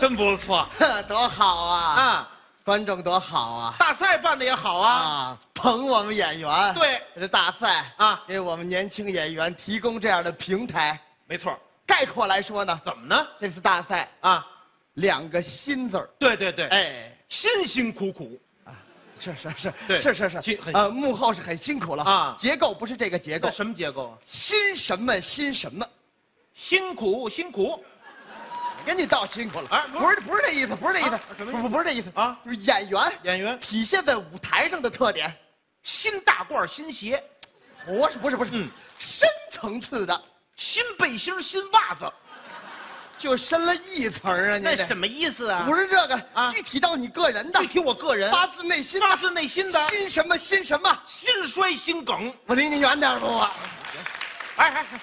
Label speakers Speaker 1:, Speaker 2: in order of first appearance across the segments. Speaker 1: 真不错
Speaker 2: 呵 多好啊！
Speaker 1: 啊！
Speaker 2: 观众多好啊！
Speaker 1: 大赛办的也好啊，
Speaker 2: 啊，捧我们演员，
Speaker 1: 对
Speaker 2: 这大赛
Speaker 1: 啊
Speaker 2: 给我们年轻演员提供这样的平台。
Speaker 1: 没错儿。
Speaker 2: 概括来说呢，
Speaker 1: 怎么呢？
Speaker 2: 这次大赛
Speaker 1: 啊，
Speaker 2: 两个“新”字儿，
Speaker 1: 对对对，
Speaker 2: 哎，
Speaker 1: 辛辛苦苦，
Speaker 2: 是是是
Speaker 1: 对
Speaker 2: 是是是
Speaker 1: 辛很，
Speaker 2: 呃，幕后是很辛苦了
Speaker 1: 啊
Speaker 2: 结构不是这个结
Speaker 1: 那
Speaker 2: 构，
Speaker 1: 什么结构啊？
Speaker 2: 新什么新什么，
Speaker 1: 辛苦辛苦，
Speaker 2: 跟你道辛苦了。
Speaker 1: 哎不
Speaker 2: 不是不是这意思，不是这意思
Speaker 1: 啊，什
Speaker 2: 不
Speaker 1: 么意思
Speaker 2: 不不是这意思
Speaker 1: 啊
Speaker 2: 就是演员
Speaker 1: 演员
Speaker 2: 体现在舞台上的特点，
Speaker 1: 新大褂儿新鞋，
Speaker 2: 不是不是不是
Speaker 1: 嗯，
Speaker 2: 深层次的，
Speaker 1: 新背心儿新袜子，
Speaker 2: 就深了一层啊，你
Speaker 1: 那
Speaker 2: 这
Speaker 1: 什么意思啊？
Speaker 2: 不是这个，
Speaker 1: 啊
Speaker 2: 具体到你个人的
Speaker 1: 具，体我个人
Speaker 2: 发自内心
Speaker 1: 发
Speaker 2: 的，
Speaker 1: 自内心的
Speaker 2: 新什么新什么，
Speaker 1: 心衰心梗。
Speaker 2: 我离你远点儿不？我
Speaker 1: 哎哎，哎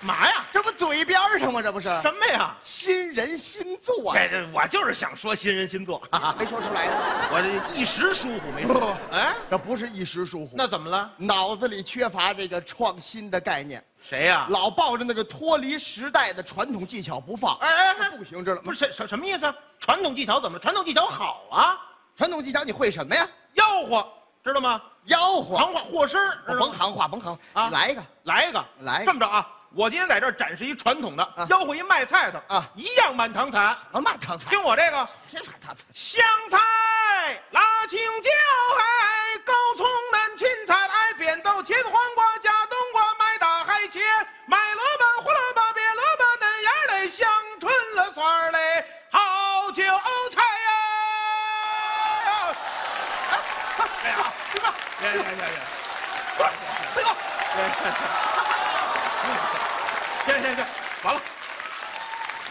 Speaker 1: 嘛呀？
Speaker 2: 这不嘴边儿上吗？这不是
Speaker 1: 什么呀？
Speaker 2: 新人新
Speaker 1: 啊
Speaker 2: 作呀，
Speaker 1: 哎，这我就是想说新人新 作，哈哈
Speaker 2: 没说出来呢。
Speaker 1: 我这一时疏忽没
Speaker 2: 不
Speaker 1: 说
Speaker 2: 不不。
Speaker 1: 哎，
Speaker 2: 这不是一时疏忽，
Speaker 1: 那怎么了？
Speaker 2: 脑子里缺乏这个创新的概念，
Speaker 1: 谁呀、
Speaker 2: 老抱着那个脱离时代的传统技巧不放，
Speaker 1: 哎哎哎，
Speaker 2: 不行，知道
Speaker 1: 不
Speaker 2: 吗？
Speaker 1: 是什什什么意思啊？传统技巧怎么了？传统技巧好啊，
Speaker 2: 传统技巧你会什么呀？
Speaker 1: 吆喝，知道吗？
Speaker 2: 吆喝，
Speaker 1: 行话和声儿，知道
Speaker 2: 甭
Speaker 1: 吗
Speaker 2: 行话，甭行
Speaker 1: 啊
Speaker 2: 你来一个，
Speaker 1: 来啊一个，
Speaker 2: 来一个
Speaker 1: 这么着啊！我今天在这儿展示一传统的，吆喝一卖菜的
Speaker 2: 啊
Speaker 1: 一样满堂彩。
Speaker 2: 啊，骂唐才，
Speaker 1: 听我这个，
Speaker 2: 听唐才，
Speaker 1: 香菜、辣青椒、哎，高葱、嫩芹菜、哎，扁豆、茄子、黄瓜、加冬瓜、买大海茄、买萝卜、胡萝卜、别萝卜、嫩芽儿嘞、香椿了、蒜儿嘞，好韭菜呀！哎呀，对吧？呀呀呀呀！
Speaker 2: 哎呦，
Speaker 1: 行行行，完了。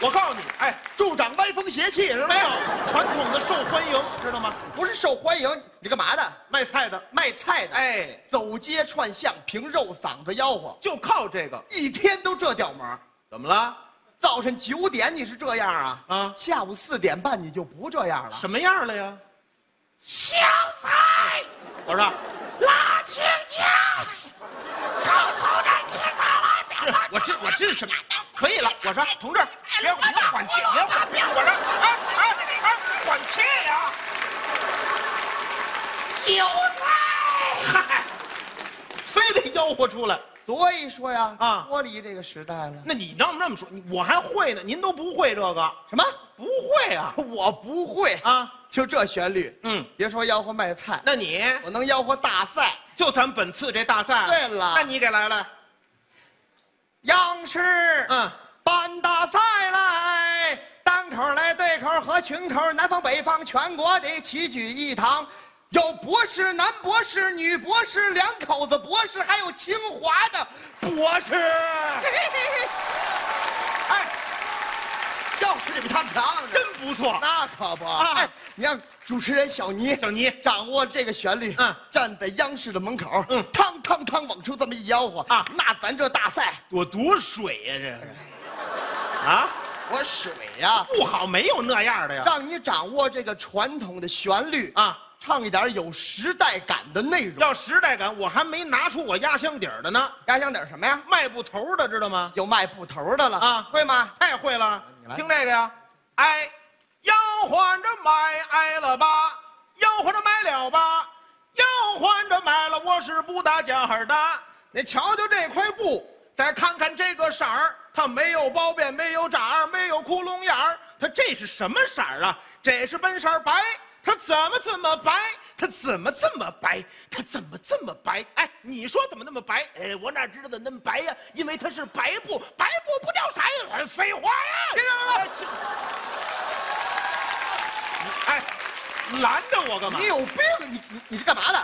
Speaker 1: 我告诉你，哎，
Speaker 2: 助长歪风邪气是吧？
Speaker 1: 没有传统的受欢迎，知道吗？
Speaker 2: 不是受欢迎，你干嘛的？
Speaker 1: 卖菜的，
Speaker 2: 卖菜的，
Speaker 1: 哎，
Speaker 2: 走街串巷，凭肉嗓子吆喝，
Speaker 1: 就靠这个。
Speaker 2: 一天都这调门儿。
Speaker 1: 怎么了？
Speaker 2: 早晨九点你是这样啊？
Speaker 1: 啊
Speaker 2: 下午四点半你就不这样了。
Speaker 1: 什么样了呀？
Speaker 2: 香菜、
Speaker 1: 我说，
Speaker 2: 辣青椒、高葱的芹菜来
Speaker 1: 是我这我这是什么？可以了，我说同志，别别缓气，别缓别，我说，哎哎哎，缓气呀！
Speaker 2: 韭菜。
Speaker 1: 嗨，非得吆喝出来。
Speaker 2: 所以说呀，
Speaker 1: 啊
Speaker 2: 脱离这个时代了。
Speaker 1: 那你让不这么说？你我还会呢，您都不会这个，
Speaker 2: 什么？
Speaker 1: 不会啊
Speaker 2: 我不会啊！
Speaker 1: 啊！
Speaker 2: 就这旋律，
Speaker 1: 嗯，
Speaker 2: 别说吆喝卖菜，
Speaker 1: 那你
Speaker 2: 我能吆喝大赛。
Speaker 1: 就咱本次这大赛，
Speaker 2: 对了
Speaker 1: 那你给来来，
Speaker 2: 央视，
Speaker 1: 嗯，
Speaker 2: 办大赛来，单口来、对口和群口，南方北方全国得齐聚一堂。有博士、男博士、女博士，两口子博士，还有清华的博士。哎，要是你比他们强，
Speaker 1: 真不错，
Speaker 2: 那可不。
Speaker 1: 啊
Speaker 2: 哎，你让主持人小尼
Speaker 1: 小尼
Speaker 2: 掌握这个旋律，
Speaker 1: 嗯
Speaker 2: 站在央视的门口，
Speaker 1: 嗯
Speaker 2: 汤汤汤往出这么一吆喝
Speaker 1: 啊
Speaker 2: 那咱这大赛，
Speaker 1: 我多水呀、这是，啊，
Speaker 2: 我水呀、
Speaker 1: 不好，没有那样的呀，
Speaker 2: 让你掌握这个传统的旋律啊，
Speaker 1: 啊。
Speaker 2: 唱一点有时代感的内容。
Speaker 1: 要时代感，我还没拿出我压箱底儿的呢，
Speaker 2: 压箱底儿什么呀？
Speaker 1: 卖布头的知道吗？
Speaker 2: 有卖布头的了
Speaker 1: 啊
Speaker 2: 会吗？
Speaker 1: 太会了
Speaker 2: 你，来
Speaker 1: 听这个呀，哎，吆喝着买，挨了吧，吆喝着买了吧，吆喝着买了，我是不打假儿的。你瞧瞧这块布，再看看这个色儿，它没有包边，没有褶儿，没有窟窿眼儿，它这是什么色儿啊？这是本色儿白，它怎么这么白？它怎么这么白？它怎么这么白？哎，你说怎么那么白？哎，我哪知道它那么白呀？因为它是白布，白布不掉色呀！废话呀！别别别！哎，拦着我干嘛
Speaker 2: 你？有病！你你你是干嘛的？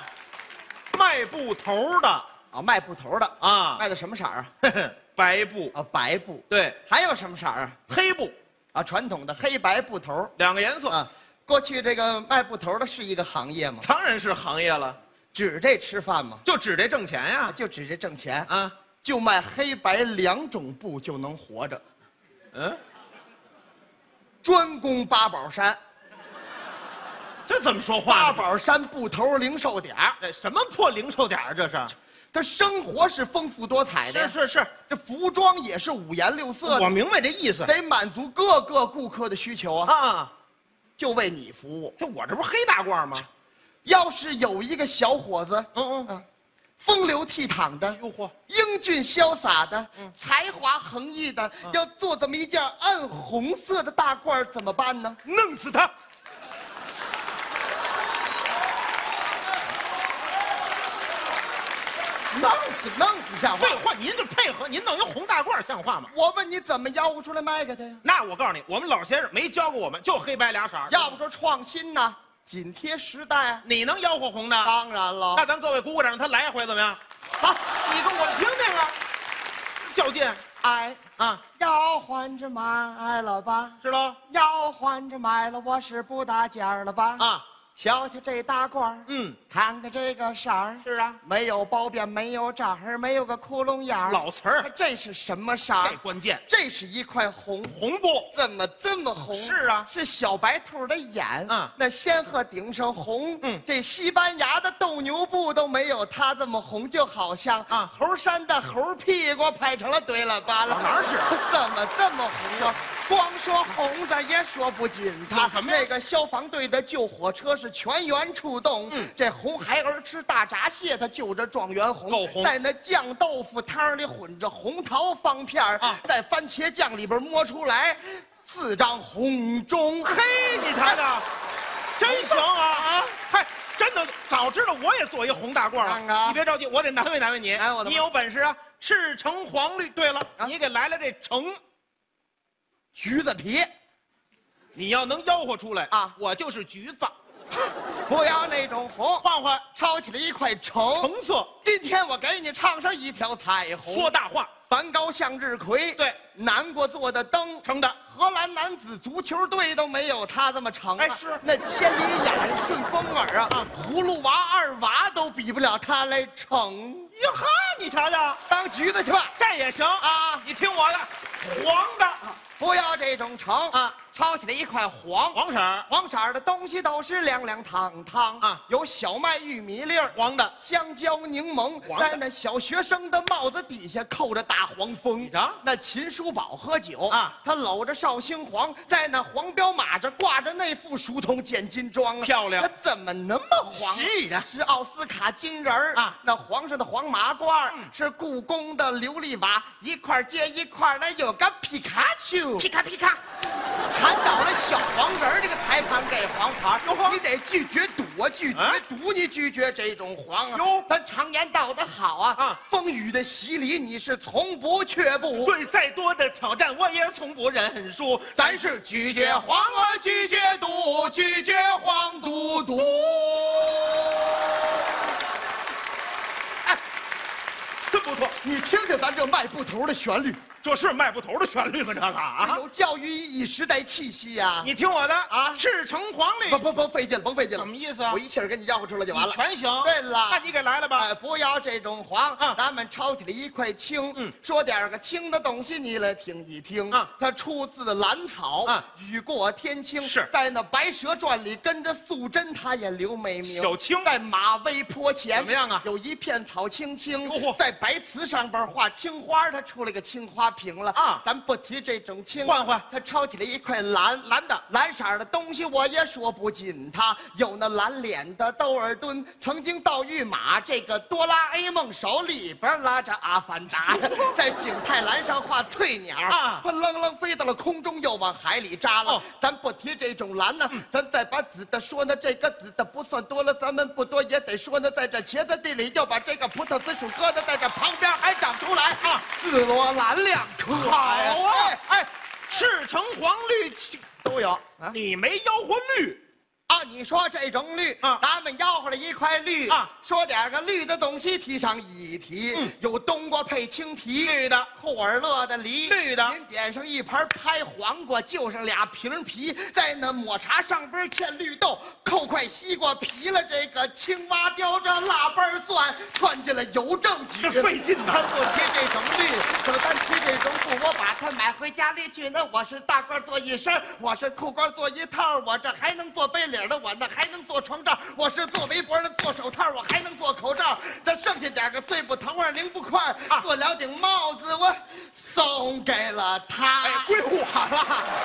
Speaker 1: 卖布头的
Speaker 2: 啊，卖布头的
Speaker 1: 啊
Speaker 2: 卖的什么色儿啊？
Speaker 1: 呵呵白布，
Speaker 2: 啊，白布。
Speaker 1: 对，
Speaker 2: 还有什么色儿啊？
Speaker 1: 黑布，
Speaker 2: 啊，传统的黑白布头
Speaker 1: 两个颜色，
Speaker 2: 啊。过去这个卖布头的是一个行业吗？
Speaker 1: 当然是行业了，
Speaker 2: 指这吃饭吗？
Speaker 1: 就指这挣钱
Speaker 2: 啊
Speaker 1: 呀！
Speaker 2: 就指这挣钱，
Speaker 1: 啊，
Speaker 2: 就卖黑白两种布就能活着，
Speaker 1: 嗯，
Speaker 2: 专攻八宝 山。
Speaker 1: 这怎么说话
Speaker 2: 八
Speaker 1: 呢？
Speaker 2: 宝山布头零售点儿
Speaker 1: 哎这什么破零售点儿啊？这是
Speaker 2: 他生活是丰富多彩的呀，
Speaker 1: 是是是，
Speaker 2: 这服装也是五颜六色
Speaker 1: 我
Speaker 2: 的，
Speaker 1: 明白这意思
Speaker 2: 得满足各个顾客的需求啊，
Speaker 1: 啊。
Speaker 2: 就为你服务。
Speaker 1: 就我这不是黑大褂吗？
Speaker 2: 要是有一个小伙子，
Speaker 1: 嗯嗯，
Speaker 2: 嗯，风流倜傥的，
Speaker 1: 哟嚯，
Speaker 2: 英俊潇洒的，
Speaker 1: 嗯
Speaker 2: 才华横溢的，要做这么一件暗红色的大褂儿怎么办呢？
Speaker 1: 弄死他！
Speaker 2: 弄死弄死像话
Speaker 1: 嗯废！话，您这配合，您弄一红大褂像话吗？
Speaker 2: 我问你怎么吆喝出来卖给他呀？
Speaker 1: 那我告诉你，我们老先生没教过我们，就黑白俩色儿。
Speaker 2: 要不说创新呢，紧贴时代啊。
Speaker 1: 你能吆喝红的？
Speaker 2: 当然了
Speaker 1: 那，咱各位鼓鼓掌，让他来一回怎么样？
Speaker 2: 好，
Speaker 1: 你跟我听听啊，较劲
Speaker 2: 哎，
Speaker 1: 啊，
Speaker 2: 要换着买了吧，
Speaker 1: 是喽？
Speaker 2: 要换着买了，我是不搭尖儿了吧？
Speaker 1: 啊，
Speaker 2: 瞧瞧这大褂儿，
Speaker 1: 嗯，
Speaker 2: 看看这个色儿，
Speaker 1: 是啊，
Speaker 2: 没有包边，没有褶儿，没有个窟窿眼儿。
Speaker 1: 老词
Speaker 2: 它
Speaker 1: 儿，
Speaker 2: 这是什么色
Speaker 1: 这
Speaker 2: 儿？
Speaker 1: 关键，
Speaker 2: 这是一块红，
Speaker 1: 红布
Speaker 2: 怎么这么红？
Speaker 1: 是啊
Speaker 2: 是小白兔的眼，
Speaker 1: 嗯
Speaker 2: 那仙鹤顶上红，
Speaker 1: 嗯
Speaker 2: 这西班牙的斗牛布都没有它这么红，就好像
Speaker 1: 啊
Speaker 2: 猴山的猴屁股拍成了堆了吧了，
Speaker 1: 往哪儿指啊
Speaker 2: 怎么这么红啊？光说红的也说不尽它，
Speaker 1: 有什么呀
Speaker 2: 那个消防队的救火车是全员出动，
Speaker 1: 嗯
Speaker 2: 这红孩儿吃大闸蟹，他就着状元红，
Speaker 1: 够红
Speaker 2: 在那酱豆腐汤里混着红桃方片儿
Speaker 1: 啊
Speaker 2: 在番茄酱里边摸出来四张红中。嘿，
Speaker 1: 嘿，你瞧瞧，真行啊！
Speaker 2: 啊，
Speaker 1: 嗨，真的，早知道我也做一红大褂
Speaker 2: 看
Speaker 1: 了。
Speaker 2: 看
Speaker 1: 你别着急，我得难啊为难为你。
Speaker 2: 哎我的妈
Speaker 1: 你有本事啊！赤橙黄绿。对了，
Speaker 2: 啊
Speaker 1: 你给来了这橙，
Speaker 2: 橘子皮，
Speaker 1: 你要能吆喝出来
Speaker 2: 啊
Speaker 1: 我就是橘子。
Speaker 2: 不要那种红，
Speaker 1: 换换
Speaker 2: 抄起来一块橙。
Speaker 1: 橙色，
Speaker 2: 今天我给你唱上一条彩虹。
Speaker 1: 说大话，
Speaker 2: 梵高向日葵，
Speaker 1: 对，
Speaker 2: 南国做的灯。
Speaker 1: 橙的。
Speaker 2: 荷兰男子足球队都没有他这么长、啊，
Speaker 1: 哎是
Speaker 2: 那千里眼、顺风耳啊，葫芦娃、二娃都比不了他来逞。
Speaker 1: 哟呵，你瞧瞧，
Speaker 2: 当橘子去吧，
Speaker 1: 这也行啊！
Speaker 2: 啊，
Speaker 1: 你听我的，黄的，
Speaker 2: 不要这种橙
Speaker 1: 啊
Speaker 2: 啊，抄起来一块黄，
Speaker 1: 黄色儿，
Speaker 2: 黄色儿的东西都是亮亮堂堂
Speaker 1: 啊
Speaker 2: 啊，有小麦、玉米粒儿、
Speaker 1: 黄的。
Speaker 2: 香蕉、柠檬
Speaker 1: 黄，的
Speaker 2: 在那小学生的帽子底下扣着大黄
Speaker 1: 你
Speaker 2: 蜂
Speaker 1: 瞧。
Speaker 2: 那秦叔宝喝酒
Speaker 1: 啊
Speaker 2: 啊，他搂着绍兴黄，在那黄标马上挂着那副书童剪金装啊，
Speaker 1: 漂亮
Speaker 2: 他怎么那么黄？
Speaker 1: 是的
Speaker 2: 是奥斯卡金人儿
Speaker 1: 啊嗯
Speaker 2: 啊，那皇上的黄麻褂儿是故宫的琉璃瓦，一块儿接一块儿那有个皮卡丘。
Speaker 1: 皮卡皮卡，
Speaker 2: 铲倒了小黄人儿，这个裁判给黄牌，你得拒绝赌啊，拒绝赌，你拒绝这种黄啊。
Speaker 1: 哟
Speaker 2: 咱常言道得好啊，
Speaker 1: 啊
Speaker 2: 风雨的洗礼你是从不却步，
Speaker 1: 对再多的挑战我也从不认输。
Speaker 2: 咱是拒绝黄啊，拒绝赌，拒绝黄赌毒。哎，
Speaker 1: 真不错，
Speaker 2: 你听听咱这卖布头的旋律，
Speaker 1: 这是卖布头的旋律吗？这个啊
Speaker 2: 这，有教育意义、时代气息呀、
Speaker 1: 你听我的
Speaker 2: 啊
Speaker 1: 赤橙黄绿
Speaker 2: 不，不不，费劲了，甭费劲了。
Speaker 1: 怎么意思啊
Speaker 2: 我一气儿给你吆喝出来就完
Speaker 1: 你
Speaker 2: 了。
Speaker 1: 全行。
Speaker 2: 对了
Speaker 1: 那你给来了吧？
Speaker 2: 哎，不要这种黄，
Speaker 1: 啊
Speaker 2: 咱们抄起来一块青，
Speaker 1: 嗯
Speaker 2: 说点儿个青的东西，你来听一听。
Speaker 1: 啊
Speaker 2: 它出自《兰草》，
Speaker 1: 啊
Speaker 2: 雨过天青，
Speaker 1: 是
Speaker 2: 在那《白蛇传》里跟着素贞，她也留美名。
Speaker 1: 小青
Speaker 2: 在马嵬坡前，
Speaker 1: 怎么样啊
Speaker 2: 有一片草青青
Speaker 1: 哟嚯，
Speaker 2: 在白瓷上边画青花，它出了个青花瓶了。
Speaker 1: 啊
Speaker 2: 咱不提这种青，
Speaker 1: 换换
Speaker 2: 它抄起来一块蓝，
Speaker 1: 蓝的
Speaker 2: 蓝色儿的东西我也说不尽它，有那蓝脸的窦尔敦，曾经到御马这个哆啦 A 梦手里边拉着阿凡达，在景泰蓝上画翠鸟
Speaker 1: 啊
Speaker 2: 它愣愣飞到了空中，又往海里扎了。
Speaker 1: 哦
Speaker 2: 咱不提这种蓝呢，咱再把紫的说呢，这个紫的不算多了，咱们不多也得说呢，在这茄子地里又把这个葡萄紫薯疙瘩在这旁边还长出来啊，紫罗兰两颗呀，
Speaker 1: 好啊
Speaker 2: 哎，
Speaker 1: 哎，赤橙黄绿青，
Speaker 2: 都有啊。
Speaker 1: 你没吆喝绿，
Speaker 2: 啊，你说这种绿
Speaker 1: 啊
Speaker 2: 咱们吆喝了一块绿
Speaker 1: 啊嗯
Speaker 2: 说点个绿的东西提上一提，有冬瓜配青提，
Speaker 1: 绿的
Speaker 2: 库尔勒的梨，
Speaker 1: 绿的
Speaker 2: 您点上一盘拍黄瓜，就上俩瓶皮，在那抹茶上边嵌绿豆，扣块西瓜皮了这个青蛙叼着腊八蒜，窜进了邮政 局。
Speaker 1: 这费劲呐
Speaker 2: 咱不贴这种绿，可咱贴这种布，我把它买回家里去。那我是大褂做一身，我是裤褂做一套，我这还能做杯领的我呢，还能做床罩，我是做围脖的，做手套，我还能做口罩，这剩下点个碎布头儿、啊零布块儿，做了顶帽子，我送给了他。
Speaker 1: 哎，归我
Speaker 2: 好了。